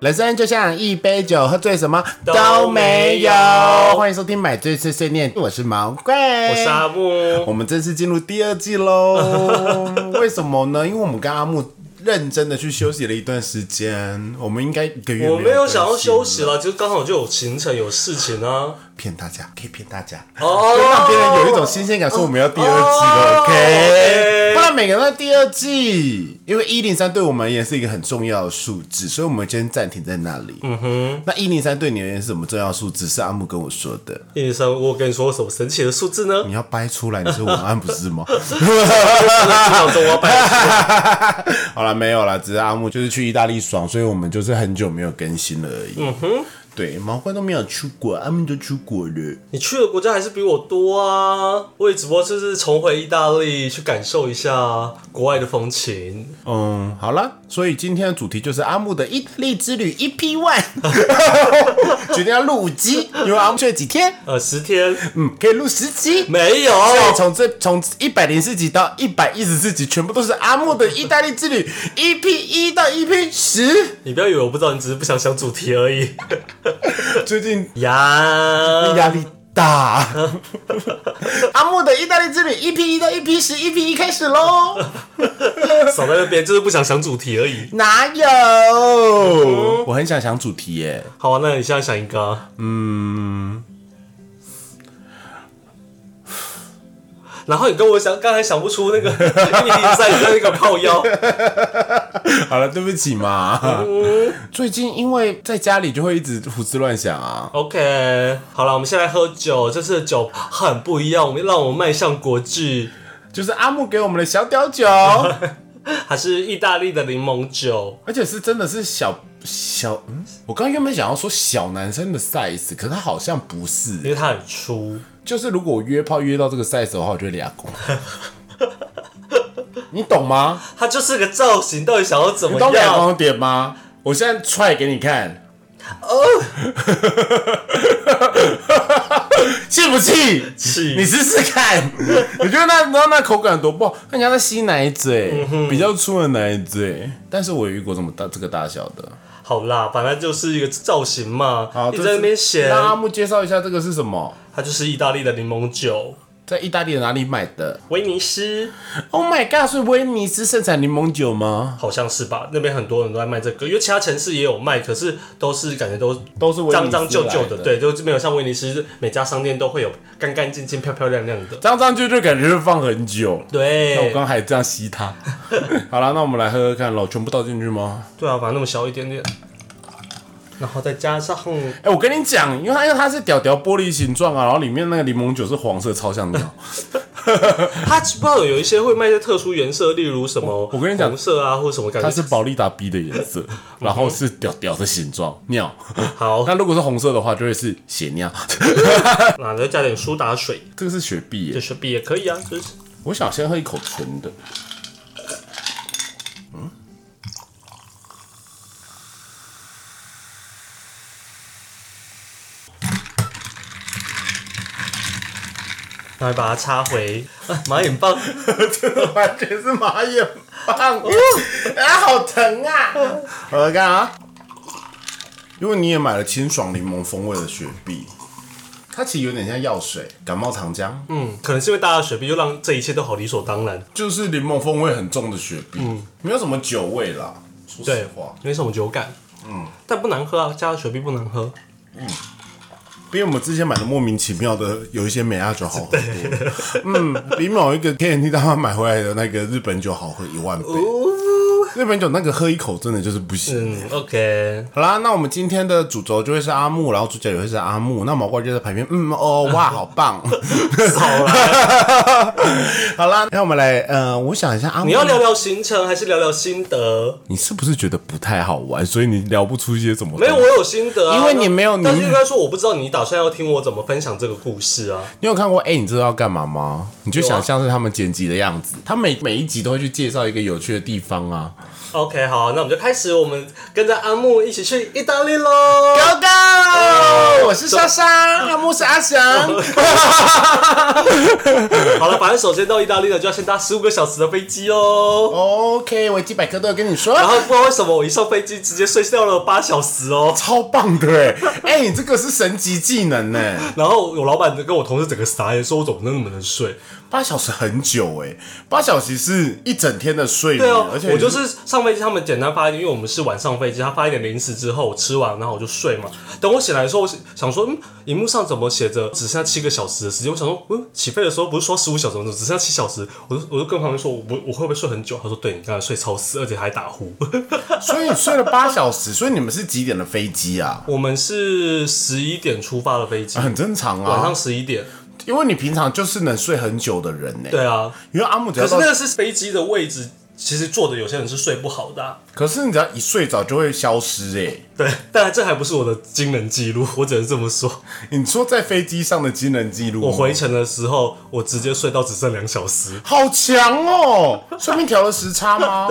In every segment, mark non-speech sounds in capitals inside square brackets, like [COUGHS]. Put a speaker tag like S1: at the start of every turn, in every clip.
S1: 人生就像一杯酒，喝醉什么
S2: 都
S1: 都
S2: 没
S1: 没
S2: 有
S1: 有。欢迎收听《买醉碎碎念》，我是毛怪，
S2: 我
S1: 我
S2: 是阿木，
S1: 我们正式进入第二季
S2: [LAUGHS]
S1: 喽。为什么呢？因为我们跟阿木认真的去休息了一段时间，我们应该一个月
S2: 我没有想要休息
S1: 了，
S2: 了，就是刚好就有行程有事情啊。
S1: 骗大家，可以骗大家，
S2: 哦
S1: 就让别人有一种新鲜感，说我们要第二季
S2: 哦
S1: 了
S2: ，OK
S1: ，OK？不然每个人都在第二季，因为一零三对我们而言是一个很重要的数字，所以我们先暂停在那里。嗯哼，那一零三对你而言是什么重要数字？是阿木跟我说 [LAUGHS] 的。
S2: 一零三，我跟你说什么神奇的数字呢？
S1: 你要掰出来，你是晚安不是 [LAUGHS] 吗？
S2: 脑中我要摆
S1: 好了，没有了，只是阿木就是去意大利爽，所以我们就是很久没有更新了而已。嗯哼，对，毛怪都没有出国，阿木都出国了。
S2: 你去的国家还是比我多啊！我也只不过就是重回意大利去感受一下国外的风情。
S1: 嗯，好了，所以今天的主题就是阿木的意大利之旅 EP
S2: [LAUGHS]
S1: One，决定要录五集，因为阿木去了几天，
S2: 呃，十天
S1: 嗯，可以录十集。
S2: 没有，
S1: 所以从这从一百零四集到一百一十四集，全部都是阿木的意大利之旅 EP 一到 EP 十。
S2: 你不要以为我不知道，你只是不想想主题而已
S1: 最近
S2: [LAUGHS] 呀。
S1: 压力大。阿木的意大利之旅 EP 一到 EP 十，EP 一开始喽。
S2: 少在那边，就是不想想主题而已。
S1: 哪有？
S2: 嗯
S1: 我很想想主题耶。
S2: 好啊，那你现在想一个啊，
S1: 嗯
S2: 然后你跟我想，刚才想不出那个 [LAUGHS] 一零三，你在那个靠腰，
S1: 好了，对不起嘛。最近因为在家里就会一直胡思乱想啊。
S2: OK，好了，我们现在喝酒，这次的酒很不一样，我们让我们迈向国际，
S1: 就是阿木给我们的小屌酒，
S2: 还是意大利的柠檬酒，
S1: 而且是真的是小小，嗯，我刚刚原本想要说小男生的 size，可是他好像不
S2: 因
S1: 是。
S2: 为它很粗。就是
S1: 就是如果我约炮约到这个 size 的话，我就会俩公。你懂吗？
S2: 它就是个造型，到底想要怎
S1: 你
S2: 么
S1: 懂两
S2: 样？
S1: 光点吗？我现在踹给你看。哦，气不气？
S2: 气
S1: 你试试 [LAUGHS] 看。你觉得那那那口感多不好？人家在吸奶嘴，比较粗的奶嘴。但是我有遇过这么大这个大小的。
S2: 好啦，反正就是一个造型嘛。
S1: 好，
S2: 你
S1: 这
S2: 在那边写，
S1: 让阿木介绍一下这个是什么，
S2: 它就是意大利的柠檬酒，
S1: 在意大利哪里买的
S2: 威尼斯
S1: ？Oh my god！是威尼斯盛产柠檬酒吗？
S2: 好像是吧？那边很多人都在卖这个，因为其他城市也有卖，可是都是感觉都
S1: 都是威尼斯
S2: 脏脏旧旧
S1: 来的
S2: 对，就是没有像威尼斯每家商店都会有干干净净、漂漂亮亮的。
S1: 张张就就感觉是放很久。那我
S2: 对
S1: 刚，刚还这样吸它。 [LAUGHS] 好了，那我们来喝喝看喽，全部倒进去吗？
S2: 对啊，把它那么小一点点，然后再加上
S1: 哎、我跟你讲，因为它因为它是屌屌玻璃形状啊，然后里面那个柠檬酒是黄色，超像鸟。
S2: 它不知道有一些会卖一些特殊颜色，例如什么
S1: 我跟你讲
S2: 红色啊，或者什么感
S1: 它
S2: 觉
S1: 是宝利达 B 的颜色，然后是屌屌的形状，尿。
S2: 好，
S1: 那如果是红色的话，就会是血尿。 [LAUGHS]
S2: 那再加点苏打水，
S1: 这个是雪碧
S2: 就
S1: 耶，
S2: 是也可以啊，就是
S1: 我想先喝一口纯 [LAUGHS] 的。
S2: 然后把它插回、啊、马眼棒。
S1: 完全是马眼棒，啊，好疼啊！我来看啊，因为你也买了清爽柠檬风味的雪碧，它其实有点像药水、感冒糖浆，
S2: 嗯，可能是因为大家的雪碧，就让这一切都好理所当然。
S1: 就是柠檬风味很重的雪碧，没有什么酒味啦。说
S2: 对
S1: 实话，，
S2: 没什么酒感。嗯，但不难喝啊，加了雪碧不难喝。
S1: 比我们之前买的莫名其妙的有一些美亚酒好喝多了，嗯，比某一个 KNT 大妈买回来的那个日本酒好喝一万倍。日本酒那个喝一口真的就是不行。
S2: 嗯，OK，
S1: 好啦，那我们今天的主轴就会是阿木，然后主角也会是阿木，那毛怪就在旁边，嗯哦哇，好棒，
S2: 好啦，
S1: [LAUGHS] 好啦，那我们来，呃，我想一下阿木，
S2: 你要聊聊行程还是聊聊心得？
S1: 你是不是觉得不太好玩，所以你聊不出一些什么？
S2: 没有，我，有心得啊。
S1: 因为你没有你
S2: 但是应该说，我不知道你打算要听我怎么分享这个故事啊。
S1: 你有看过？哎、你知道要干嘛吗？你就
S2: 有啊
S1: 想象是他们剪辑的样子，他每每一集都会去介绍一个有趣的地方啊，
S2: OK，好，那我们就开始，我们跟着阿木一起去意大利喽。 [LAUGHS]
S1: Go
S2: 哦
S1: go！我是莎莎，阿木是阿翔。
S2: 好了，反正首先到意大利了，就要先搭十五个小时的飞机哦。
S1: OK，维基百科都有跟你说，
S2: 然后不知道为什么我一上飞机直接睡掉了八小时哦。
S1: 超棒的哎、哎、你这个是神级技能欸呢、
S2: 然后我老板跟我同事整个傻眼，说我怎么那么能睡？
S1: 八小时很久哎、八小时是一整天的睡眠，
S2: 对哦
S1: 而且，
S2: 我就是上飞机，他们简单发一点，因为我们是晚上飞机，他发一点零食之后，我吃完然后我就睡嘛。等我醒来的时候，我想说，嗯，荧幕上怎么写着只剩下七个小时的时间？我想说，嗯，起飞的时候不是说十五小时吗，怎么只剩下七小时？我就我就跟旁边说，我不我会不会睡很久？他说，对你刚才睡超死，而且还打呼。 [LAUGHS]
S1: 所以你睡了八小时， [LAUGHS] 所以你们是几点的飞机啊？
S2: 我们是十一点出发的飞机，
S1: 很正常
S2: 晚
S1: 啊
S2: 上，十一点。
S1: 因为你平常就是能睡很久的人呢、
S2: 对啊，
S1: 因为阿木只
S2: 可
S1: 要
S2: 是
S1: 到，
S2: 那个是飞机的位置，其实坐的有些人是睡不好的啊、
S1: 可是你只要一睡着就会消失哎、
S2: 对，但这还不是我的惊人记录，我只能这么说。
S1: 你说在飞机上的惊人记录吗，
S2: 我回程的时候，我直接睡到只剩两小时。
S1: 好强哦！顺便调了时差吗？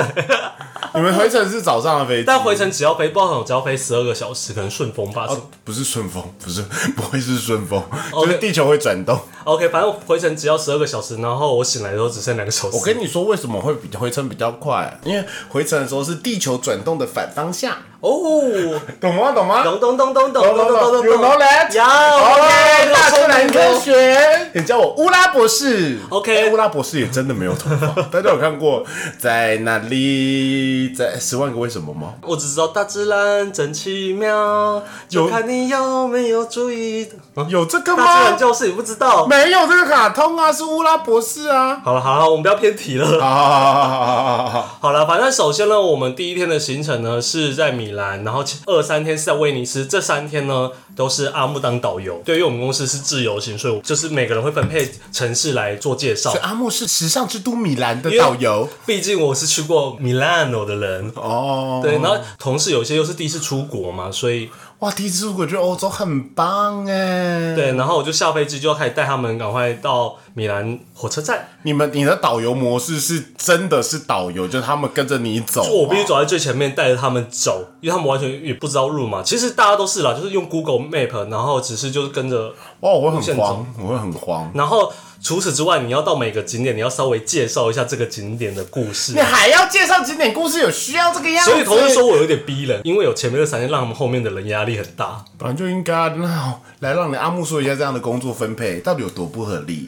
S1: 你们回程是早上的飞机，
S2: 但回程只要飞，不知道我只要飞十二个小时，可能顺风吧。
S1: 哦不是顺风，不是不会是顺风，
S2: OK
S1: 就是地球会转动。
S2: OK，反正我回程只要十二个小时，然后我醒来的时候只剩两个小时。
S1: 我跟你说，为什么会比回程比较快？因为回程的时候是地球转动的反方向，
S2: 哦，
S1: 懂吗？懂吗
S2: 咚咚咚咚咚咚咚咚咚
S1: 有 knowledge？
S2: 有
S1: OK，大自然科
S2: 哥。
S1: 学，你叫我乌拉博士。
S2: OK
S1: 哎乌拉博士也真的没有头发， [LAUGHS] 大家有看过在哪里，在《十万个为什么》吗？
S2: 我只知道大自然真奇妙，就
S1: 有
S2: 看你有没有注意。啊
S1: 有这个
S2: 大自
S1: 吗
S2: 然？教室你不知道？
S1: 没有这个卡通啊，是乌拉博士啊。
S2: 好了好了，我们不要偏题了。
S1: 好好好好好好好好。
S2: 好了，反正首先呢，我们第一天的行程呢是在米兰，然后其二三天是在威尼斯，这三天呢都是阿木当导游。对于我们公司是自由行，所以我就是每个人会分配城市来做介
S1: [LAUGHS]
S2: 绍
S1: 所以。阿木是时尚之都米兰的
S2: 因为
S1: 导游
S2: 毕竟我是去过米兰的人，
S1: 哦。
S2: 对，然后同事有些又是第一次出国嘛，所以
S1: 哇，第一次出国去欧洲很棒哎。，
S2: 对，然后我就下飞机就要开始带他们赶快到米兰火车站。
S1: 你们你的导游模式是真的是导游，就是他们跟着你走。
S2: 我必须。走在最前面，带着他们走，因为他们完全也不知道路嘛。其实大家都是啦，就是用 Google Map，然后只是就是跟着
S1: 哇，我会
S2: 线
S1: 很
S2: 走
S1: 慌，我会很慌。
S2: 然后除此之外，你要到每个景点，你要稍微介绍一下这个景点的故事
S1: 你。还要介绍景点故事，有需要这个样子？
S2: 所以同事说我有点逼人，因为有前面的三天，让他们后面的人压力很大。
S1: 本来就应该啊那好，来让你阿木说一下这样的工作分配到底有多不合理。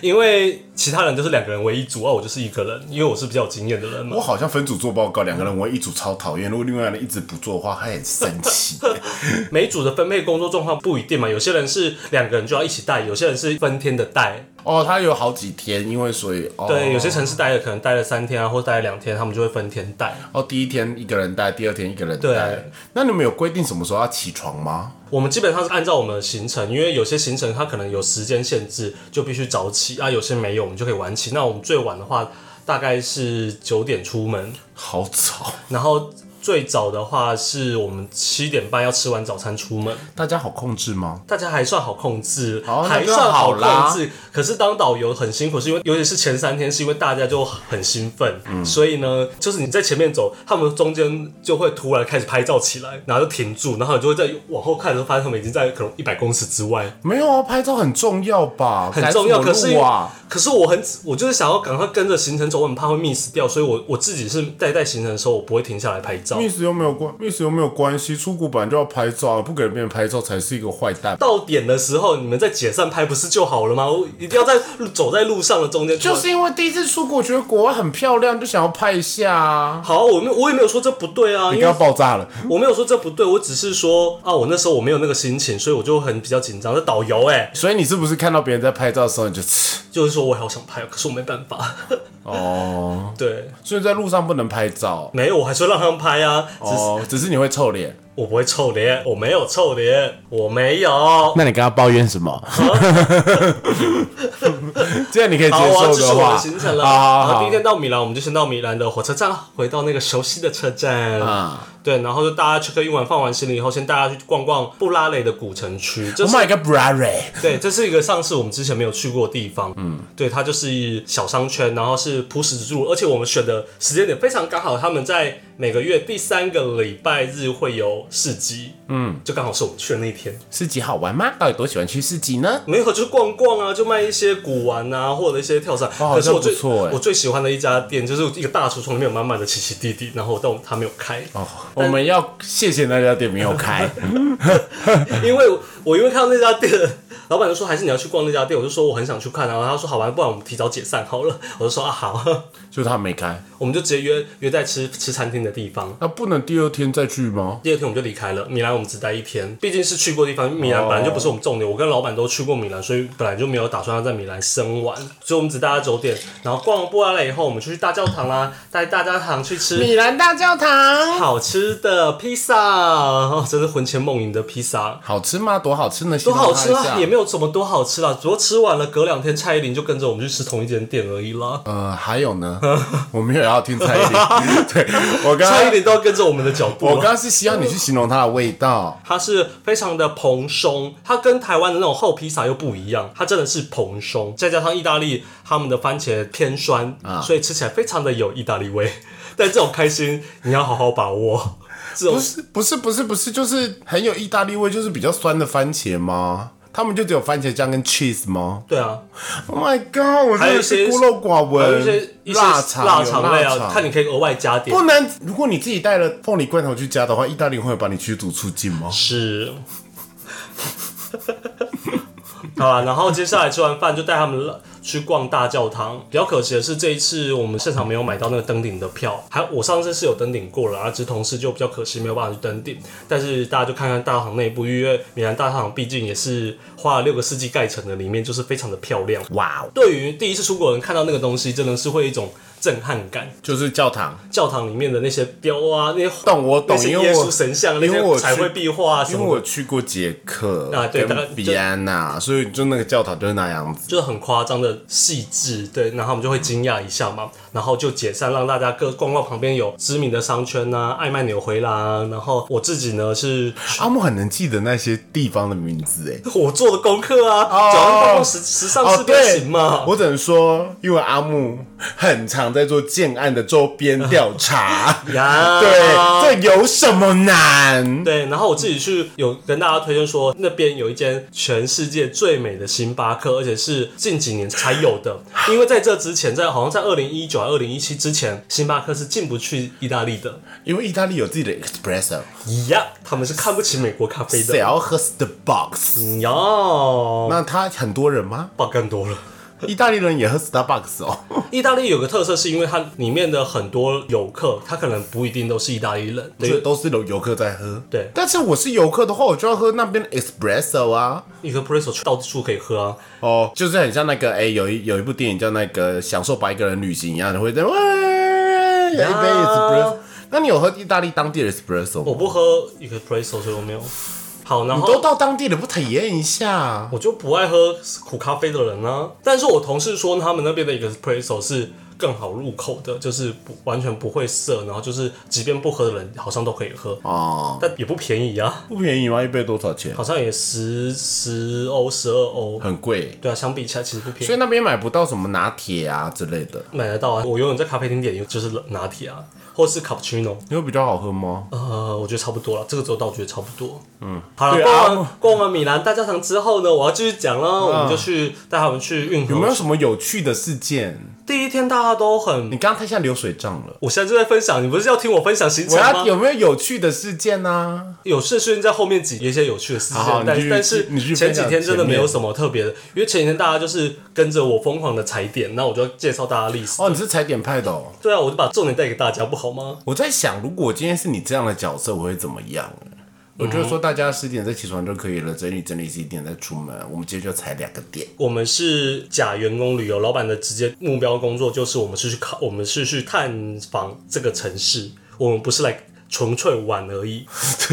S2: 因为其他人就是两个人为一组，而啊我就是一个人，因为我是比较有经验的人嘛
S1: 我。好像分组做报告，两个人我一组超讨厌，如果另外一个人一直不做的话，他很生
S2: [LAUGHS]
S1: 气。
S2: 每组的分配工作状况不一定嘛，有些人是两个人就要一起带，有些人是分天的带。
S1: 哦，他有好几天，因为所以哦，
S2: 对，有些城市待了可能待了三天啊，或待了两天，他们就会分天带。
S1: 哦，第一天一个人带，第二天一个人带
S2: 对。
S1: 那你们有规定什么时候要起床吗？
S2: 我们基本上是按照我们的行程，因为有些行程它可能有时间限制，就必须早起啊；有些没有，我们就可以晚起。那我们最晚的话大概是九点出门，
S1: 好早，
S2: 然后最早的话是我们七点半要吃完早餐出门。
S1: 大家好控制吗？
S2: [LAUGHS] 大家还算好控制，
S1: 好那
S2: 还
S1: 就
S2: 算
S1: 好啦
S2: 控制。可是当导游很辛苦，是因为尤其是前三天，是因为大家就很兴奋，所以呢，就是你在前面走，他们中间就会突然开始拍照起来，然后就停住，然后你就会在往后看的时候，发现他们已经在可能一百公尺之外。
S1: 没有啊，拍照很重要吧？
S2: 很重要，
S1: 赶
S2: 可
S1: 什
S2: 是
S1: 么路啊，
S2: 可是我很，我就是想要赶快跟着行程走，我很怕会 miss 掉，所以我我自己是在带行程的时候，我不会停下来拍照。
S1: 密室又没有关，密室又没有关系，出国本来就要拍照啊，不给别人拍照才是一个坏蛋。
S2: 到点的时候，你们再解散拍不是就好了吗？我一定要在路走在路上的中间，
S1: 就是因为第一次出国，觉得国外很漂亮，就想要拍一下啊。
S2: 好，我没有，我也没有说这不对啊，
S1: 你
S2: 因
S1: 刚
S2: 为
S1: 刚爆炸了，
S2: 我没有说这不对，我只是说啊，我那时候我没有那个心情，所以我就很比较紧张。这导游哎、
S1: 所以你是不是看到别人在拍照的时候你就吃？
S2: 就是说我好想拍，可是我没办法。
S1: 哦，
S2: 对， [LAUGHS]
S1: 所以在路上不能拍照
S2: 没有，我还是会让他们拍啊，只
S1: 哦
S2: 是。
S1: 哦，只是你会臭脸。
S2: 我不会臭脸，我没有臭脸，我没有。
S1: 那你跟他抱怨什么？ [LAUGHS] 这样你可以接
S2: 好啊，
S1: 受
S2: 这是
S1: 的
S2: 我
S1: 话，
S2: 的行程了。
S1: 好好
S2: 然后第一
S1: 好
S2: 天到米兰，我们就先到米兰的火车站，回到那个熟悉的车站。
S1: 啊
S2: 对，然后就大家 check in 完放完行李以后，先大家去逛逛布拉雷的古城区。这
S1: ，Oh
S2: 是
S1: my god, brother！
S2: 对，这是一个上次我们之前没有去过的地方。嗯，对，它就是小商圈，然后是朴实之路，而且我们选的时间点非常刚好，他们在每个月第三个礼拜日会有市集。嗯，就刚好是我们去的那一天。
S1: 市集好玩吗？到底多喜欢去市集呢？
S2: 没有，就是逛逛啊，就卖一些古玩啊，或者一些跳伞。
S1: 哦
S2: 可是我最
S1: 好像不错欸
S2: 我最喜欢的一家店，就是一个大橱窗里面有满满的奇奇弟弟，然后但他没有开，
S1: 哦，我们要谢谢那家店没有开， [LAUGHS]
S2: 因为我我因为看到那家店，老板就说还是你要去逛那家店，我就说我很想去看啊，然后他说好吧，不然我们提早解散好了，我就说啊好， [LAUGHS]
S1: 就他没开。
S2: 我们就直接约约在吃吃餐厅的地方。
S1: 那不能第二天再去吗？
S2: 第二天我们就离开了米兰，我们只待一天，毕竟是去过的地方。米
S1: 哦
S2: 兰本来就不是我们重点，我跟老板都去过米兰，所以本来就没有打算要在米兰生玩，所以我们只待到九点，然后逛完布拉了以后，我们就去大教堂啦，带大教堂去吃
S1: 米兰大教堂
S2: 好吃的披萨，哦，真是魂牵梦萦的披萨。
S1: 好吃吗？多好吃呢！
S2: 多好吃
S1: 形容它
S2: 啊！
S1: 一
S2: 也
S1: 下
S2: 没有什么多好吃啦，只不过吃完了，隔两天蔡依林就跟着我们去吃同一间店而已啦。
S1: 呃，还有呢， [LAUGHS] 我没有要听蔡依
S2: [LAUGHS]
S1: 林。对啊我刚
S2: 蔡依
S1: 刚，
S2: 林都要跟着我们的脚步
S1: 我
S2: 啦
S1: 刚刚是希望你去形容它的味道。
S2: 它是非常的蓬松，它跟台湾的那种厚披萨又不一样，它真的是蓬松，再加上意大利他们的番茄偏酸，
S1: 啊
S2: 所以吃起来非常的有意大利味。 [LAUGHS] 但这种开心你要好好把握，这种
S1: 不是不是不是不是，就是很有意大利味，就是比较酸的番茄吗？他们就只有番茄酱跟 cheese 吗
S2: 对啊，
S1: ？Oh my god！我
S2: 还
S1: 真的
S2: 有一些
S1: 是孤陋寡
S2: 还有
S1: 闻
S2: 一些一。些
S1: 呃腊肠
S2: 腊
S1: 有
S2: 肠类啊，看你可以额外加点
S1: 不。能，如果你自己带了凤梨罐头去加的话，意大利人会把你驱逐出境吗？
S2: 是。 [LAUGHS] 好啦，然后接下来吃完饭就带他们去逛大教堂。比较可惜的是，这一次我们现场没有买到那个登顶的票，还我上次是有登顶过了，然后只是同事就比较可惜没有办法去登顶。但是大家就看看大教堂内部，因为米兰大教堂毕竟也是花了六个世纪盖成的，里面就是非常的漂亮。
S1: 哇哦，
S2: 对于第一次出国的人看到那个东西，真的是会有一种震撼感。
S1: 就是教堂。
S2: 教堂里面的那些雕啊，那些
S1: 懂我懂
S2: 那些
S1: 因为
S2: 耶
S1: 我
S2: 稣神像，那
S1: 因为我去
S2: 些彩绘壁画啊什
S1: 因为
S2: 么的
S1: 我去过捷克
S2: 啊对大概
S1: 跟比安娜，所以就那个教堂就是那样子。
S2: 就是很夸张的细致，对，然后我们就会惊讶一下嘛，然后就解散，让大家各逛逛旁边有知名的商圈呐、啊，艾曼纽回廊啊，然后我自己呢是
S1: 阿木很能记得那些地方的名字哎。
S2: 我做的功课啊，早上逛逛时时尚
S1: 哦，
S2: 是变
S1: 对
S2: 行嘛，
S1: 我只能说，因为阿木很常在做建案的周边调
S2: [LAUGHS]
S1: 查，
S2: 呀，啊
S1: 对，这有什么难？
S2: 对，然后我自己去有跟大家推荐说，那边有一间全世界最美的星巴克，而且是近几年才有
S1: [LAUGHS]
S2: 的。因为在这之前，在好像在二零一九、啊二零一七之前，星巴克是进不去意大利的。
S1: 因为意大利有自己的 espresso，
S2: 一样，他们是看不起美国咖啡
S1: 谁
S2: 的。
S1: 要喝 Starbucks？
S2: 要
S1: 那他很多人吗？
S2: 爆更多了。
S1: 意大利人也喝 Starbucks 哦。
S2: 意大利有个特色，是因为它里面的很多游客，他可能不一定都是意大利人，
S1: 就
S2: 对，
S1: 都是有游客在喝。
S2: 对
S1: 但是我是游客的话，我就要喝那边的 espresso 啊。
S2: 一个 p r e s s o 到处可以喝啊。
S1: 哦，就是很像那个哎、有一有一部电影叫那个《享受白个人旅行》一样的，会在哇有一杯 espresso。那你有喝意大利当地的 espresso
S2: 我
S1: 吗？
S2: 不喝一个 p r e s s o 所以我没有。好，然
S1: 都
S2: 后
S1: 到当地了，不体验一下？
S2: 我就不爱喝苦咖啡的人啊。但是我同事说他们那边的 espresso 是更好入口的，就是不完全不会涩，然后就是即便不喝的人好像都可以喝，
S1: 哦，
S2: 但也不便宜啊，
S1: 不便宜吗？一杯多少钱？
S2: 好像也十十欧十二欧。
S1: 很贵，
S2: 对啊，相比起来其实不便宜。
S1: 所以那边买不到什么拿铁啊之类的。
S2: 买得到啊！我永远在咖啡厅点就是拿铁啊，或是 cappuccino。
S1: 你会比较好喝吗？
S2: 呃，我觉得差不多了，这个周到我觉得差不多。嗯，好了，
S1: 对
S2: 逛
S1: 啊
S2: 完逛完米兰大教堂之后呢，我要继续讲了，
S1: 嗯
S2: 我们就去带他们去运
S1: 有没
S2: 河
S1: 有。什么有趣的事件？
S2: 第一天大家都很，
S1: 你刚刚太像流水账了。
S2: 我现在就在分享，你不是要听我分享行
S1: 我
S2: 程
S1: 要
S2: 吗？
S1: 有没有有趣的事件啊呢、
S2: 有事是在后面几一些有趣的事情
S1: 好好，
S2: 但
S1: 你去
S2: 但是
S1: 你去
S2: 前几
S1: 分享
S2: 天
S1: 前
S2: 真的没
S1: 面
S2: 有什么特别的，因为前几天大家就是跟着我疯狂的踩点，那我就介绍大家历史。
S1: 哦，你是踩点派的哦。
S2: 对啊，我就把重点带给大家，不好吗？
S1: 我在想，如果我今天是你这样的角色，我会怎么样？我就说大家十点再起床就可以了，整理整理十一点再出门。我们今天就踩两个点，
S2: 我们是假员工旅游，老板的直接目标工作就是我们是去考，我们是去探访这个城市，我们不是来纯粹玩而已。 [LAUGHS]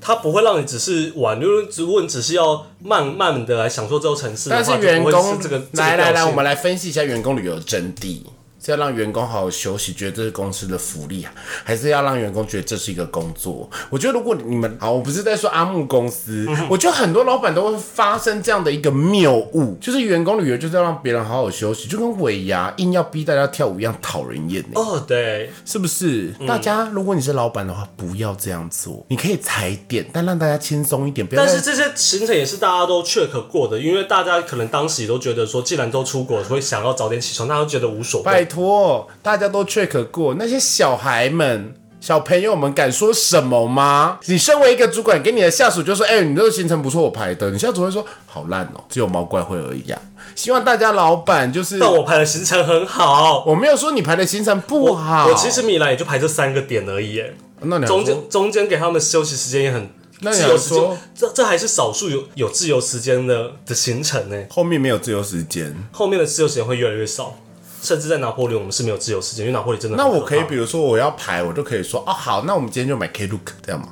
S2: 它不会让你只是玩，因为如果你只是要慢慢的来享受这座城市的
S1: 但
S2: 话，
S1: 是
S2: 就
S1: 员
S2: 不会
S1: 工
S2: 是这个这个
S1: 来来
S2: 调
S1: 来，
S2: 性
S1: 我们来分析一下员工旅游的真谛。是要让员工好好休息，觉得这是公司的福利，啊还是要让员工觉得这是一个工作？我觉得如果你们好，我不是在说阿木公司，我觉得很多老板都会发生这样的一个谬误，就是员工旅游就是要让别人好好休息，就跟尾牙硬要逼大家跳舞一样，讨人厌、欸。
S2: 哦，对，
S1: 是不是？嗯大家，如果你是老板的话，不要这样做。你可以踩点，但让大家轻松一点。不要
S2: 但
S1: 再
S2: 是这些行程也是大家都 check 过的，因为大家可能当时也都觉得说，既然都出国，会想要早点起床，大家都觉得无所
S1: 拜
S2: 谓。
S1: 托，大家都 check 过，那些小孩们、小朋友们敢说什么吗？你身为一个主管，给你的下属就说：“哎、你这个行程不错，我排的。”你下属会说：“好烂哦、只有毛怪会而已啊。”希望大家老板就是，
S2: 但我排的行程很好，
S1: 我没有说你排的行程不好。
S2: 我其实米兰也就排这三个点而已耶，
S1: 那你还
S2: 中
S1: 哦说
S2: 间中间给他们休息时间也很
S1: 那你
S2: 自
S1: 还
S2: 由时
S1: 说
S2: 间，这这还是少数有有自由时间的的行程呢。
S1: 后面没有自由时间？
S2: 后面的自由时间会越来越少，甚至在拿破仑我们是没有自由时间，因为拿破仑真的
S1: 那
S2: 很
S1: 我可以，
S2: 怕
S1: 比如说我要排，我就可以说：“哦，好，那我们今天就买 Klook 这样吗？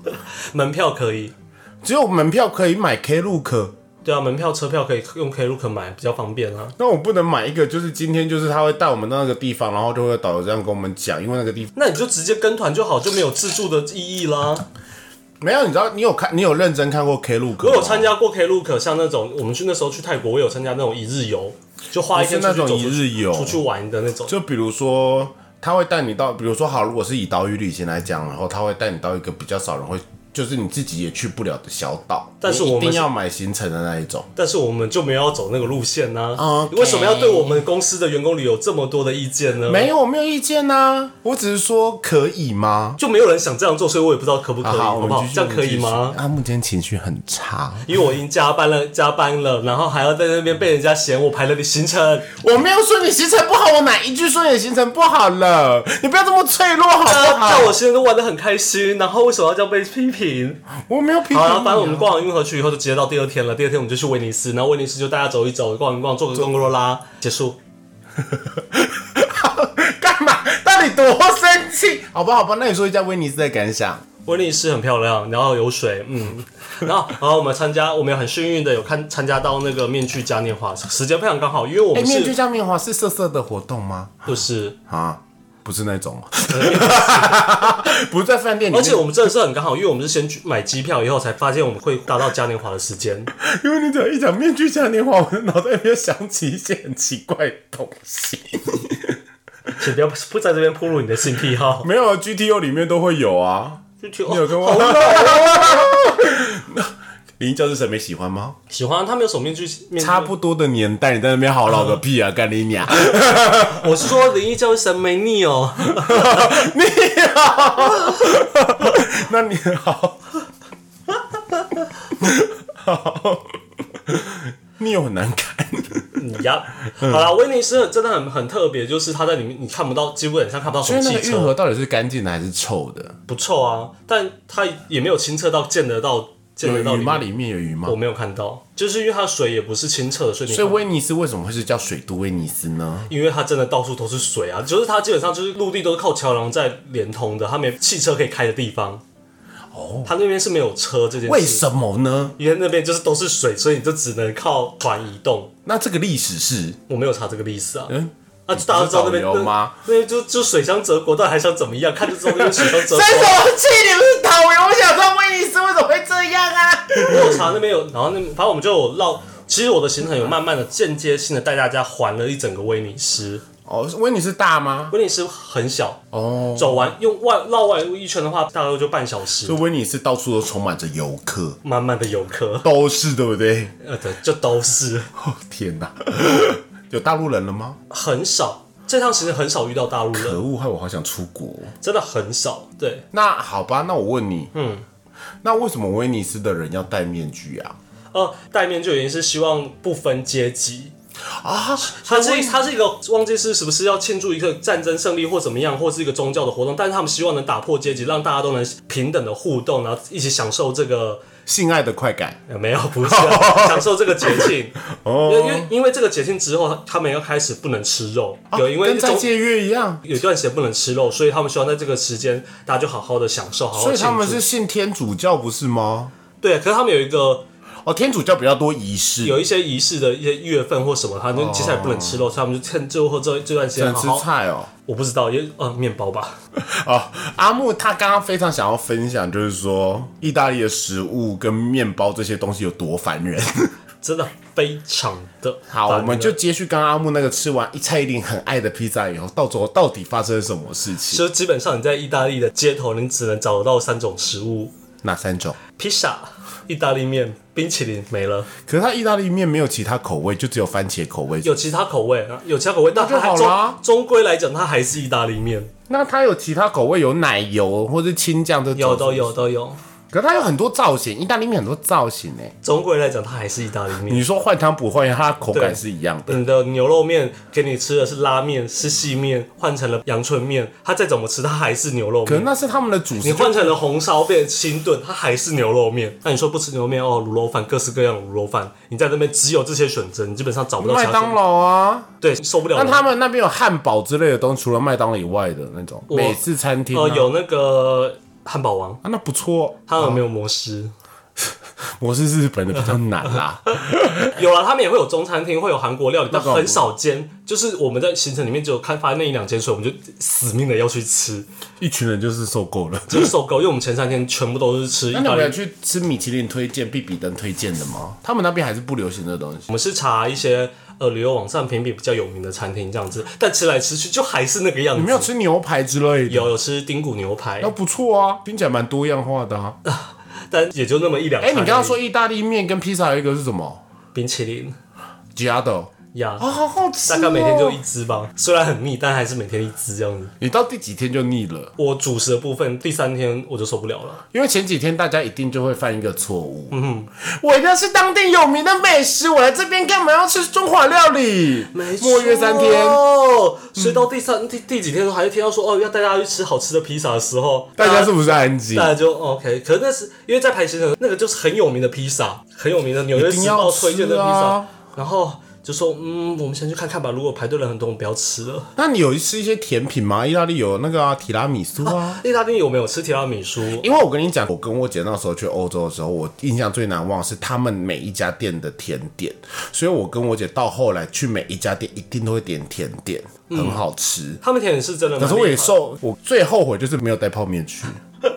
S2: 门票可以，
S1: 只有门票可以买 Klook。”
S2: 对啊，门票车票可以用 Klook 买，比较方便啊。
S1: 那我不能买一个，就是今天就是他会带我们到那个地方，然后就会有导游这样跟我们讲，因为那个地方
S2: 那你就直接跟团就好，就没有自助的意义
S1: 哦
S2: 啦。
S1: 没有，你知道你有看，你有认真看过 K 路哥？
S2: 我有参，加过 Klook，像那种我们去那时候去泰国，我有参加那种一日游，就花一天
S1: 哦不是那种
S2: 出去走出
S1: 一
S2: 去
S1: 日游
S2: 出去玩的那种。
S1: 就比如说他会带你到，比如说好，如果是以岛屿旅行来讲，然后他会带你到一个比较少人会，就是你自己也去不了的小岛，
S2: 但是
S1: 你
S2: 我
S1: 一
S2: 们
S1: 定
S2: 是
S1: 要买行程的那一种。
S2: 但是我们就没有要走那个路线呐、
S1: OK
S2: 为什么要对我们公司的员工旅游这么多的意见呢？
S1: 没有，我没有意见呐、我只是说可以吗？
S2: 就没有人想这样做，所以我也不知道可不可以，
S1: 好，
S2: 好
S1: 我
S2: 不
S1: 们
S2: 好
S1: 继？续。
S2: 这样可以
S1: 我
S2: 吗
S1: 们继？续？阿木今天情绪很差，
S2: 因为我已经加班了，加班了，然后还要在那边被人家嫌我排了的行程，
S1: 我没有说你行程不好，我哪一句说你的行程不好了？你不要这么脆弱好不
S2: 大家
S1: 好？
S2: 啊在我行程都玩的很开心，然后为什么要这样被
S1: [LAUGHS]
S2: 批评？
S1: 我没有批评你 [LAUGHS]
S2: 好
S1: 啊。
S2: 了，反正我们逛完运河区以后就直接到第二天了。第二天我们就去威尼斯，然后威尼斯就大家走一走，逛一逛，坐个贡多拉，结束。
S1: 干嘛？到底多生气？好吧，好吧，那你说一下威尼斯的感想。
S2: 威尼斯很漂亮，然后有水，
S1: [LAUGHS]
S2: 嗯，然后然后我们参加，我们也很幸运的有看参加到那个面具嘉年华，时间非常刚好，因为我
S1: 哎、
S2: 们
S1: 面具
S2: 是
S1: 嘉年华是色色的活动吗？
S2: 就是，
S1: 啊，不是那种，不是在饭店里
S2: [LAUGHS] 而
S1: 面
S2: 且。我们真的是很刚好，因为我们是先去买机票以后才发现我们会搭到嘉年华的时间。
S1: 因为你只要一讲面具嘉年华，我的脑袋里面想起一些很奇怪的东西。
S2: 请不要不在这边铺露你的性癖
S1: [LAUGHS]
S2: 好。
S1: 没有啊，GTO 里面都会有啊。
S2: 就觉得
S1: 你有跟
S2: 哦
S1: 我？
S2: 啊
S1: [LAUGHS] 林教授审美喜欢吗？
S2: 喜欢啊他们有手面具面具
S1: 差不多的年代，你在那边好老个屁啊，干你娘！
S2: 我是说林一教审美腻哦。
S1: [LAUGHS] 你好，那你好，好，你有很难看，
S2: 呀、
S1: 嗯
S2: 好啦，威尼斯真的很很特别，就是它在里面你看不到，基本上看不到什么汽车，
S1: 到底是干净的还是臭的？
S2: 不臭啊，但它也没有清澈到见得到见
S1: 有
S2: 得到
S1: 鱼
S2: 里
S1: 吗？
S2: 面。
S1: 里面有鱼吗
S2: 我？没有看到，就是因为它的水也不是清澈的，所以你
S1: 所以
S2: 看
S1: 威尼斯为什么会是叫水都威尼斯呢？
S2: 因为它真的到处都是水啊，就是它基本上就是陆地都是靠桥梁在连通的，它没汽车可以开的地方。哦，它那边是没有车这件事，
S1: 为什么呢？
S2: 因为那边就是都是水，所以你就只能靠船移动。
S1: 那这个历史是
S2: 我没有查这个历史啊。
S1: 嗯
S2: 啊，就大家都知道那边
S1: 你不是导游吗
S2: 那那就就水乡泽国，到底还想怎么样？看就知道那边水乡
S1: [LAUGHS]
S2: 泽国。
S1: 么气？你不是导游？我想知道威尼斯为什么会这样啊？
S2: 我有查那边有，然后那反正我们就有绕。其实我的行程有慢慢的间接性的带大家环了一整个威尼斯。
S1: 哦，威尼斯大吗？
S2: 威尼斯很小，
S1: 哦，
S2: 走完用外绕外一圈的话，大概就半小时
S1: 就。威尼斯到处都充满着游客，
S2: 慢慢的游客，
S1: 都是对不对？
S2: [LAUGHS]
S1: [LAUGHS]
S2: 呃，对，就都是
S1: 哦天哪，有大陆人了吗？
S2: 很少。这趟行程很少遇到大陆人，
S1: 可恶，害我好想出国。
S2: 真的很少。对，
S1: 那好吧，那我问你，嗯，那为什么威尼斯的人要戴面具啊？
S2: 呃，戴面具的原因是希望不分阶级，
S1: 啊，
S2: 它是它是一个忘记是是不是要庆祝一个战争胜利或怎么样，或是一个宗教的活动，但是他们希望能打破阶级，让大家都能平等的互动，然后一起享受这个
S1: 性爱的快感。
S2: 呃没有，不是 [LAUGHS] 啊享受这个节庆，因为因为因为这个节庆之后，他们要开始不能吃肉，有因为
S1: 跟斋
S2: 中
S1: 戒月一样，
S2: 有一段时间不能吃肉，所以他们希望在这个时间大家就好好的享受，好好
S1: 所以他们
S2: 庆祝
S1: 是信天主教不是吗？
S2: 对，可是他们有一个
S1: 哦，天主教比较多仪式，
S2: 有一些仪式的一些月份或什么，他们其实也不能吃肉，所以他们就趁最后这这段时
S1: 哦只
S2: 间
S1: 能
S2: 好
S1: 吃
S2: 好，
S1: 菜哦。
S2: 我不知道也呃面包吧，
S1: 哦，阿木他刚刚非常想要分享，就是说意大利的食物跟面包这些东西有多烦人。
S2: 真的非常的
S1: 好，
S2: 烦
S1: 我们就
S2: 人
S1: 接续刚刚阿木那个吃完一菜一零很爱的披萨以后，到最后到底发生了什么事情？
S2: 就基本上你在意大利的街头，你只能找得到三种食物：
S1: 哪三种？
S2: 披萨、意大利面、冰淇淋，没了。
S1: 可是它意大利面没有其他口味，就只有番茄口味。
S2: 有其他口味，有其他口味，但
S1: 就
S2: 它
S1: 好
S2: 还
S1: 了啊
S2: 终终归来讲，它还是意大利面，
S1: 那它有其他口味，有奶油或是青酱这种。
S2: 有都。有都有，
S1: 可是它有很多造型，意大利面很多造型哎、
S2: 终归来讲，它还是意大利面。
S1: 你说换汤不换药，它口感
S2: 嗯对
S1: 是一样的。
S2: 你的牛肉面给你吃的是拉面，是细面，换成了阳春面，它再怎么吃，它还是牛肉
S1: 可是
S2: 面。
S1: 那是他们的主食。
S2: 你换成了红烧变清炖，它还是牛肉面。那你说不吃牛肉面哦，卤肉饭各式各样的卤肉饭，你在那边只有这些选择，你基本上找不到其
S1: 麦
S2: 他选
S1: 当劳啊，
S2: 对，受不了
S1: 那
S2: 了。
S1: 他们那边有汉堡之类的东西，除了麦当劳以外的那种美式餐厅、啊。
S2: 呃，有那个汉堡王，
S1: 啊，那不错。
S2: 他有没有摩斯？
S1: 哦我是日本的比较难
S2: [LAUGHS]
S1: 啦。
S2: 有啊，他们也会有中餐厅，会有韩国料理，但
S1: 个我
S2: 很少见。就是我们在行程里面只有开发那一两间，所以我们就死命的要去吃，
S1: 一群人就是受够了。
S2: 就是受够。因为我们前三天全部都是吃意
S1: 那你
S2: 大
S1: 们
S2: 利
S1: 有，去吃米其林推荐、必比登推荐的吗？他们那边还是不流行这东西
S2: 我。们是查一些呃旅游网站评比比较有名的餐厅这样子，但吃来吃去就还是那个样子。
S1: 你没有吃牛排之类的？
S2: 有有吃丁骨牛排
S1: 那，不错啊，听起来蛮多样化的
S2: [LAUGHS]
S1: 啊。
S2: 但也就那么一两
S1: 哎、
S2: 餐而已。
S1: 你刚刚说意大利面跟披萨有一个是什么？
S2: 冰淇淋
S1: 吉亚豆
S2: 呀。
S1: 啊，好好吃、
S2: 大概每天就一。只吧，虽然很腻，但还是每天一只这样子。
S1: 你到第几天就腻了？
S2: 我主食的部分，第三天我就受不了了。
S1: 因为前几天大家一定就会犯一个错误。嗯，我一定要吃当地有名的美食，我来这边干嘛要吃中华料理？
S2: 没错
S1: 末约三天，嗯
S2: 所以到第三、第第几天的时候，还是听到说哦，要带大家去吃好吃的披萨的时候，
S1: 大家是不是安静
S2: 大？家就 OK。可是那是因为在排行程，那个就是很有名的披萨，很有名的《纽约时报》推荐的披
S1: 一定
S2: 萨，
S1: 要吃啊
S2: 然后就说嗯，我们先去看看吧。如果排队人很多，我们不要吃了。
S1: 那你有吃一些甜品吗？意大利有那个啊，提拉米苏啊。
S2: 意大利有没有吃提拉米苏？
S1: 因为我跟你讲，我跟我姐那时候去欧洲的时候，我印象最难忘是他们每一家店的甜点，所以我跟我姐到后来去每一家店一定都会点甜点，很好吃。
S2: 他们甜点是真的蛮厉
S1: 可
S2: 害，
S1: 是我也受，我最后悔就是没有带泡面去， [LAUGHS]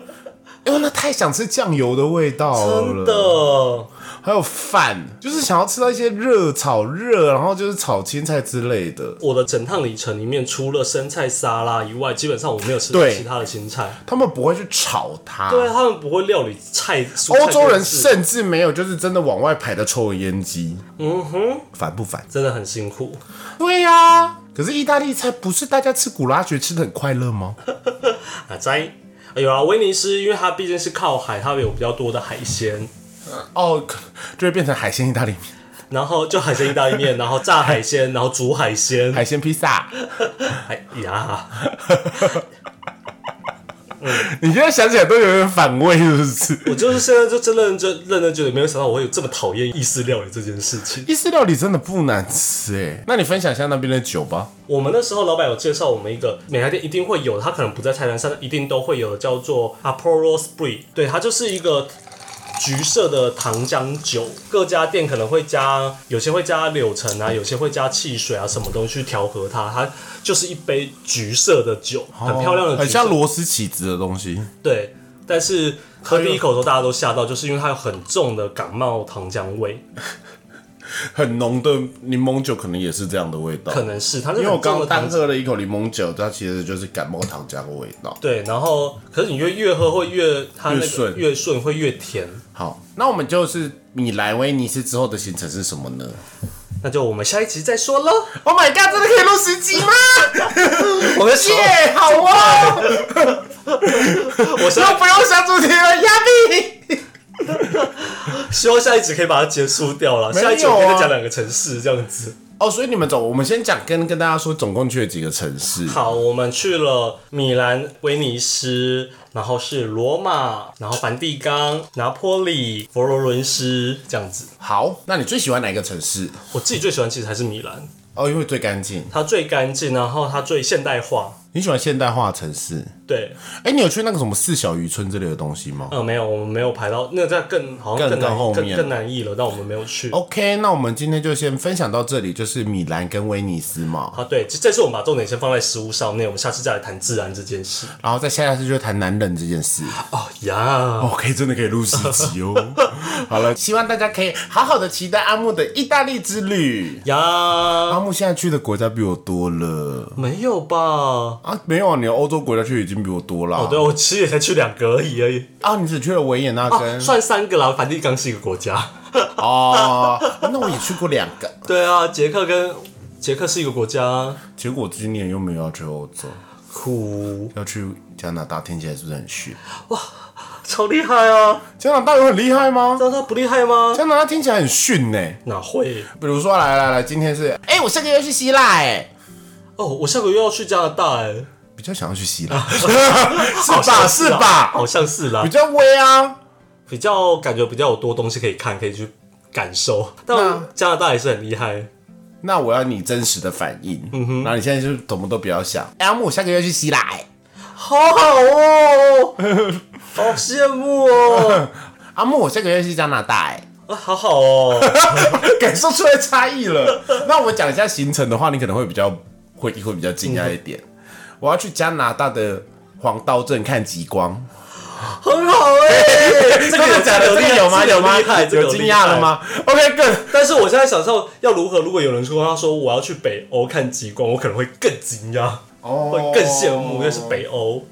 S1: 因为那太想吃酱油的味道
S2: 真
S1: 了，
S2: 的。
S1: 还有饭，就是想要吃到一些热炒热，然后就是炒青菜之类的。
S2: 我的整趟旅程里面，除了生菜沙拉以外，基本上我没有吃到
S1: 对
S2: 其他的青菜。
S1: 他们不会去炒它，
S2: 对啊，他们不会料理菜，蔬菜
S1: 欧洲人
S2: 这件事
S1: 甚至没有就是真的往外排的抽油烟机，嗯哼，烦不烦？
S2: 真的很辛苦。
S1: 对啊呀、可是意大利菜不是大家吃古拉爵吃的很快乐吗？
S2: 啊，在有啊，威尼斯，因为它毕竟是靠海，它有比较多的海鲜，
S1: [LAUGHS] 哦，可就会变成海鲜意大 [LAUGHS] 利面、
S2: 然后就海鲜意大利面，然后炸海鲜，然后煮海鲜，
S1: 海鲜披萨。
S2: 哎呀，
S1: [LAUGHS] 你现在想起来都有点反胃，是不是？
S2: 我就是现在就真认真认真觉得，没有想到我会有这么讨厌意式料理这件事情。
S1: 意式料理真的不难吃哎、那你分享一下那边的酒吧。
S2: 我们那时候老板有介绍我们一个每家店一定会有，它可能不在菜单上，但一定都会有的，叫做 Apollo Spring，对，它就是一个。橘色的糖浆酒，各家店可能会加，有些会加柳橙啊，有些会加汽水啊，什么东西去调和它。它就是一杯橘色的酒，很漂亮的
S1: 哦很
S2: 橘色，
S1: 像螺丝起子的东西。
S2: 对。但是喝第一口的时候，大家都吓到，就是因为它有很重的感冒糖浆味，
S1: 很浓的柠檬酒可能也是这样的味道。
S2: 可能是它是
S1: 因为我
S2: 很重
S1: 刚
S2: 的
S1: 单
S2: 糖浆。
S1: 喝了一口柠檬酒，它其实就是感冒糖浆的味道。
S2: 对，然后可是你越越喝会越它那
S1: 越
S2: 个
S1: 顺
S2: 越顺会越甜，
S1: 好，那我们就是米兰威尼斯之后的行程是什么呢
S2: 那就我们下一集再说喽。
S1: [COUGHS] ？Oh my god！真的可以录十集 [LAUGHS] 吗？
S2: 我们
S1: 耶、好哦， [LAUGHS]
S2: 我希
S1: 就
S2: 望
S1: 不用想主题了，压力。
S2: 希望下一集可以把它结束掉了。
S1: 有啊啊
S2: 下一集我可以再讲两个城市这样子。
S1: 哦，所以你们走，我们先讲跟跟大家说，总共去了几个城市。
S2: 好，我们去了米兰、威尼斯，然后是罗马，然后梵蒂冈、拿坡里、佛罗伦斯这样子。
S1: 好，那你最喜欢哪一个城市？
S2: 我自己最喜欢其实还是米兰，
S1: 哦，因为最干净。
S2: 它最干净，然后它最现代化。
S1: 你喜欢现代化的城市？
S2: 对，
S1: 哎，你有去那个什么四小渔村之类的东西吗、
S2: 呃，没有，我们没有排到，那个在更好
S1: 更
S2: 像更难
S1: 更后
S2: 更
S1: 面
S2: 更难译了，但我们没有去。
S1: o k 那我们今天就先分享到这里，就是米兰跟威尼斯嘛，
S2: 好，对，这这次我们把重点先放在食物上面，我们下次再来谈自然这件事。
S1: 然后再下一次就谈男人这件事。
S2: 哦呀，
S1: OK，真的可以录十集 [LAUGHS] 哦。好了，希望大家可以好好的期待阿木的意大利之旅。
S2: 呀，
S1: 阿木现在去的国家比我多了
S2: 没有吧？哦
S1: 啊，没有啊，你的欧洲国家去已经比我多了。
S2: 对，我其实也才去两个而已而已，
S1: 啊，你只去了维也纳跟
S2: 啊、算三个啦。梵蒂冈是一个国家，
S1: 哦那我也去过两个。
S2: 对啊，捷克跟捷克是一个国家，
S1: 结果我今年又没有要去欧洲，
S2: 酷，
S1: 要去加拿大，听起来是不是很虚？
S2: 超厉害啊！
S1: 加拿大有很厉害吗？
S2: 那他不厉害吗？
S1: 加拿大听起来很逊呢、
S2: 哪会？
S1: 比如说，来来来，今天是，哎、我下个月去希腊、哎，
S2: 哦，我下个月要去加拿大、欸，
S1: 比较想要去希 [LAUGHS] 腊，是啊
S2: 好
S1: 吧？
S2: 像
S1: 是
S2: 啦
S1: 吧？
S2: 好像是啦
S1: 比，较威啊，
S2: 比较感觉比较有多东西可以看，可以去感受。但加拿大也是很厉害。
S1: 那我要你真实的反应。嗯哼，然后你现在就是怎么都不要想。哎、阿木，我下个月去希腊、哎，
S2: 好好 [LAUGHS] 哦，好羡慕哦，
S1: 阿木，我下个月去加拿大、哎。 [LAUGHS]
S2: 啊，好好哦，
S1: 感受出来差异了。那我讲一下行程的话，你可能会比较会会比较惊讶一点。我要去加拿大的黄刀镇看极光，
S2: 很好哎、 [LAUGHS]
S1: 欸
S2: 这
S1: 真的假的？这个有吗？
S2: 这个
S1: 有吗？
S2: 厉害，这个
S1: 有
S2: 厉
S1: 惊讶了
S2: 害？
S1: 吗？OK，更
S2: 但是我现在想象要如何，如果有人说他说我要去北欧看极光，我可能会更惊讶，
S1: 哦
S2: 会更羡慕，因为是北欧。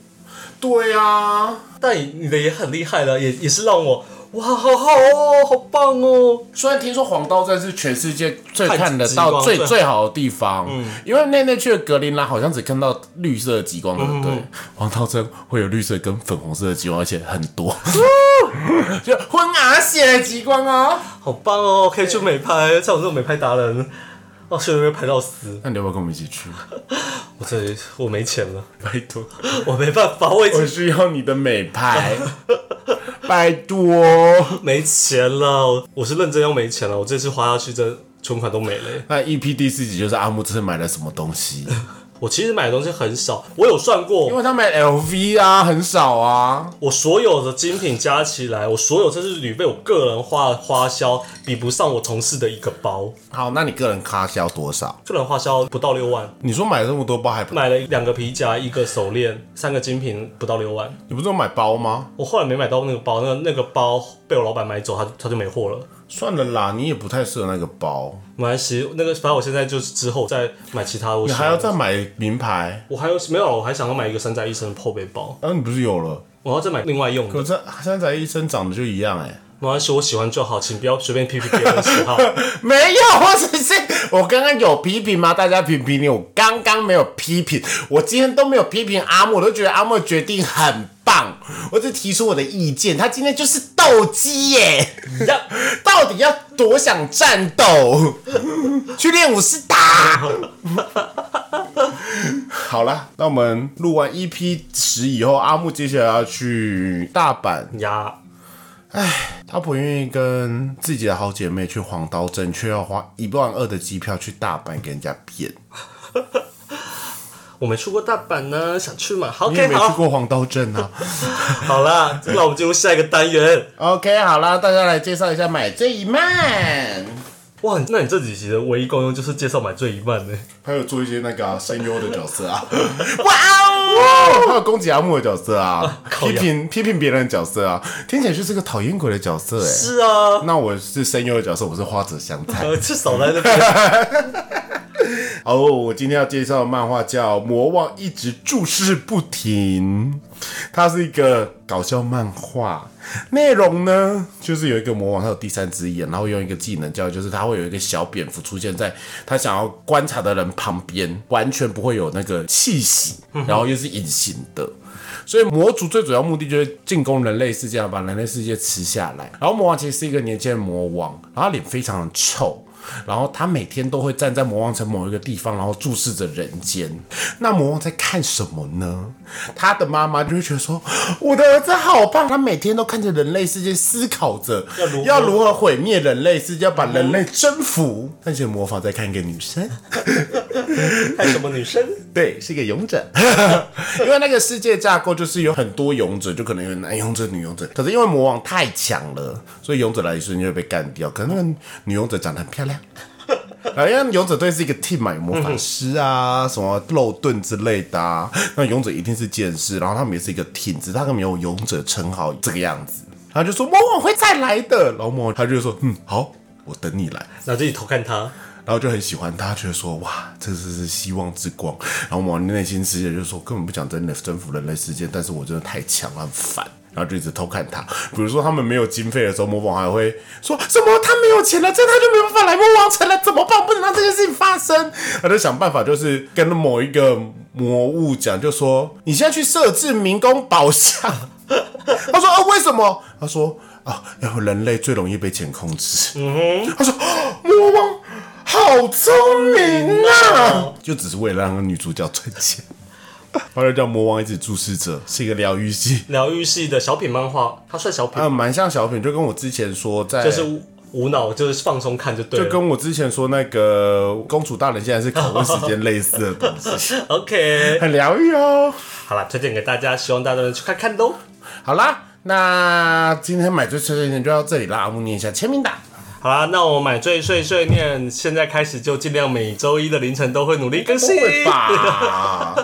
S1: 对啊。
S2: 但你你的也很厉害了，也也是让我哇，好好哦，好棒哦，
S1: 虽然听说黄刀镇是全世界最
S2: 看
S1: 看得
S2: 极
S1: 到
S2: 光
S1: 最
S2: 最
S1: 最好的地方，因为那那去的格陵兰好像只看到绿色的极光，对不对？黄刀镇会有绿色跟粉红色的极光，而且很 [LAUGHS] 多，就昏鸦血的极光哦。
S2: 好棒哦，可以去美拍，像我这种美拍达人，哦，去那边拍到死，
S1: 那你要不要跟我们一起去？
S2: 我这里我没钱了，
S1: 拜托，
S2: 我没办法，我已经
S1: 我需要你的美拍， [LAUGHS] 拜托。
S2: 没钱了，我是认真要没钱了，我这次花下去这存款都没了耶。
S1: 那 EP 第四集就是阿木这次买了什么东西？
S2: 我其实买的东西很少，我有算
S1: 因
S2: 过，
S1: 为他买 LV 啊，很少啊。
S2: 我所有的精品加起来，我所有这次旅费，我个人花花销比不上我同事的一个包，
S1: 好，那你个人开销多少？
S2: 个人花销不到六万，
S1: 你说买了这么多包还不？
S2: 买了两个皮夹，一个手链，三个精品，不到六万。
S1: 你不是有买包吗？
S2: 我后来没买到那个包，那那个包被我老板买走，他他就没货了。
S1: 算了啦，你也不太适合那个包，
S2: 没关系，那个反正我现在就是之后再买其他东西。
S1: 你
S2: 啊
S1: 还要再买名牌。
S2: 我还有没有？啊我还想要买一个山寨医生的后背包，
S1: 啊，你不是有了？
S2: 我要再买另外用的。
S1: 可这山仔医生长得就一样哎、
S2: 没关系，我喜欢就好，请不要随便批评别人的喜好。
S1: [LAUGHS] 没有，我只是我刚刚有批评吗？大家评评理，我刚刚没有批评，我今天都没有批评阿莫，我都觉得阿莫决定很棒，我只提出我的意见，他今天就是斗鸡耶，
S2: 呀
S1: [LAUGHS] 到底要多想战斗？ [LAUGHS] 去练武士打。 [LAUGHS] 好了，那我们录完 EP 十以后，阿木接下来要去大阪
S2: 呀，
S1: 她不愿意跟自己的好姐妹去黄刀镇，却要花一万二的机票去大阪给人家骗。
S2: 我没去过大阪呢，想去嘛好
S1: 你也
S2: ？OK，
S1: 没去
S2: 好，
S1: 过黄刀镇啊。
S2: 好啦，那我们进入下一个单元。
S1: OK，好啦，大家来介绍一下买醉一漫，
S2: 哇，那你这几集的唯一功用就是介绍买醉一漫呢？
S1: 还有做一些那个啊声优的角色啊。哇哦！还有攻击阿木的角色啊，
S2: 靠
S1: 批
S2: 呀
S1: 评批评别人的角色啊，听起来就是个讨厌鬼的角色哎、
S2: 是啊，
S1: 那我是声优的角色，我是花泽香菜。
S2: 呃，至少来这 [LAUGHS] 边
S1: 哦，我今天要介绍的漫画叫《魔王一直注视不停》，它是一个搞笑漫画。内容呢，就是有一个魔王，他有第三只眼，然后用一个技能叫，就是他会有一个小蝙蝠出现在他想要观察的人旁边，完全不会有那个气息，然后又是隐形的。所以魔族最主要目的就是进攻人类世界，把人类世界吃下来。然后魔王其实是一个年轻的魔王，然后他脸非常的臭，然后他每天都会站在魔王城某一个地方，然后注视着人间。那魔王在看什么呢？他的妈妈就会觉得说，我的儿子好棒，他每天都看着人类世界，思考着
S2: 要如何
S1: 要如何毁灭人类世界，要把人类征服。但是魔法在看一个女生。
S2: 看什么女生？
S1: 对，是一个勇者， [LAUGHS] 因为那个世界架构就是有很多勇者，就可能有男勇者、女勇者。可是因为魔王太强了，所以勇者来一瞬间就被干掉。可是那个女勇者长得很漂亮， [LAUGHS] 好像勇者队是一个 team 嘛，有魔法师啊、什么肉盾之类的啊。那勇者一定是剑士，然后他们也是一个 team，只是他们没有勇者称号这个样子。然后就说魔王会再来的，然后魔王他就说嗯好，我等你来。
S2: 然后自己偷看她，
S1: 然后就很喜欢他，觉得说哇，这是是希望之光。然后往内心世界就是说，根本不想真的征服人类世界，但是我真的太强了，很烦。然后就一直偷看他，比如说他们没有经费的时候，魔王还会说什么他没有钱了，这样他就没有办法来魔王城了，怎么办？不能让这件事情发生。他就想办法，就是跟某一个魔物讲，就说你现在去设置民工宝箱。 [LAUGHS] 他说啊，为什么？他说啊，然后人类最容易被钱控制。他说哦魔王好聪明啊，就只是为了让女主角赚钱。 [LAUGHS] 后来叫魔王一直注视着，是一个疗愈系，
S2: 疗愈系的小品漫画，她算小品，
S1: 啊，蛮像小品，就跟我之前说在，
S2: 就是无无脑，就是放松看就对
S1: 就
S2: 了。
S1: 跟我之前说那个公主大人现在是拷问时间类似的东 [LAUGHS] 西，
S2: OK，
S1: 很疗愈哦。
S2: 好啦，推荐给大家，希望大家能去看看喽。
S1: 好啦，那今天买醉碎碎念就到这里啦，阿木念一下签名档。
S2: 好啦，那我买醉碎碎念，现在开始就尽量每周一的凌晨都会努力更
S1: 不
S2: 新。
S1: 会吧？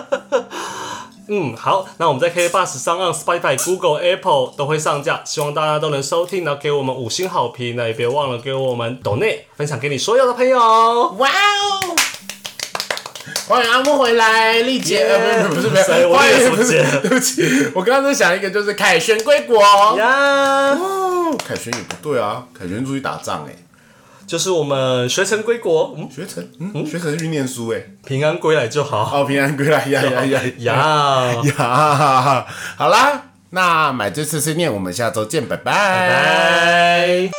S2: 嗯，好，那我们在 K Bus 上岸、Spotify、Google、Apple 都会上架，希望大家都能收听，然后给我们五星好评，那也别忘了给我们抖内分享给你所有的朋友。
S1: 哇哦！欢迎阿木回来，丽姐
S2: Yeah
S1: 呃不是不是不
S2: 谁
S1: 是，
S2: 我
S1: 欢
S2: 以为
S1: 迎
S2: 什么
S1: 不是
S2: 姐，
S1: 对不起，我刚刚在想一个就是凯旋归国。
S2: 呀、
S1: 哦，凯旋也不对啊，凯旋出去打仗哎、
S2: 就是我们学成归国，嗯，
S1: 学成，嗯，学成去念书哎、
S2: 平安归来就好。
S1: 哦，平安归来呀呀呀呀
S2: 呀，
S1: [LAUGHS] 呀！好啦，那买醉碎碎念，我们下周见，拜拜
S2: 拜。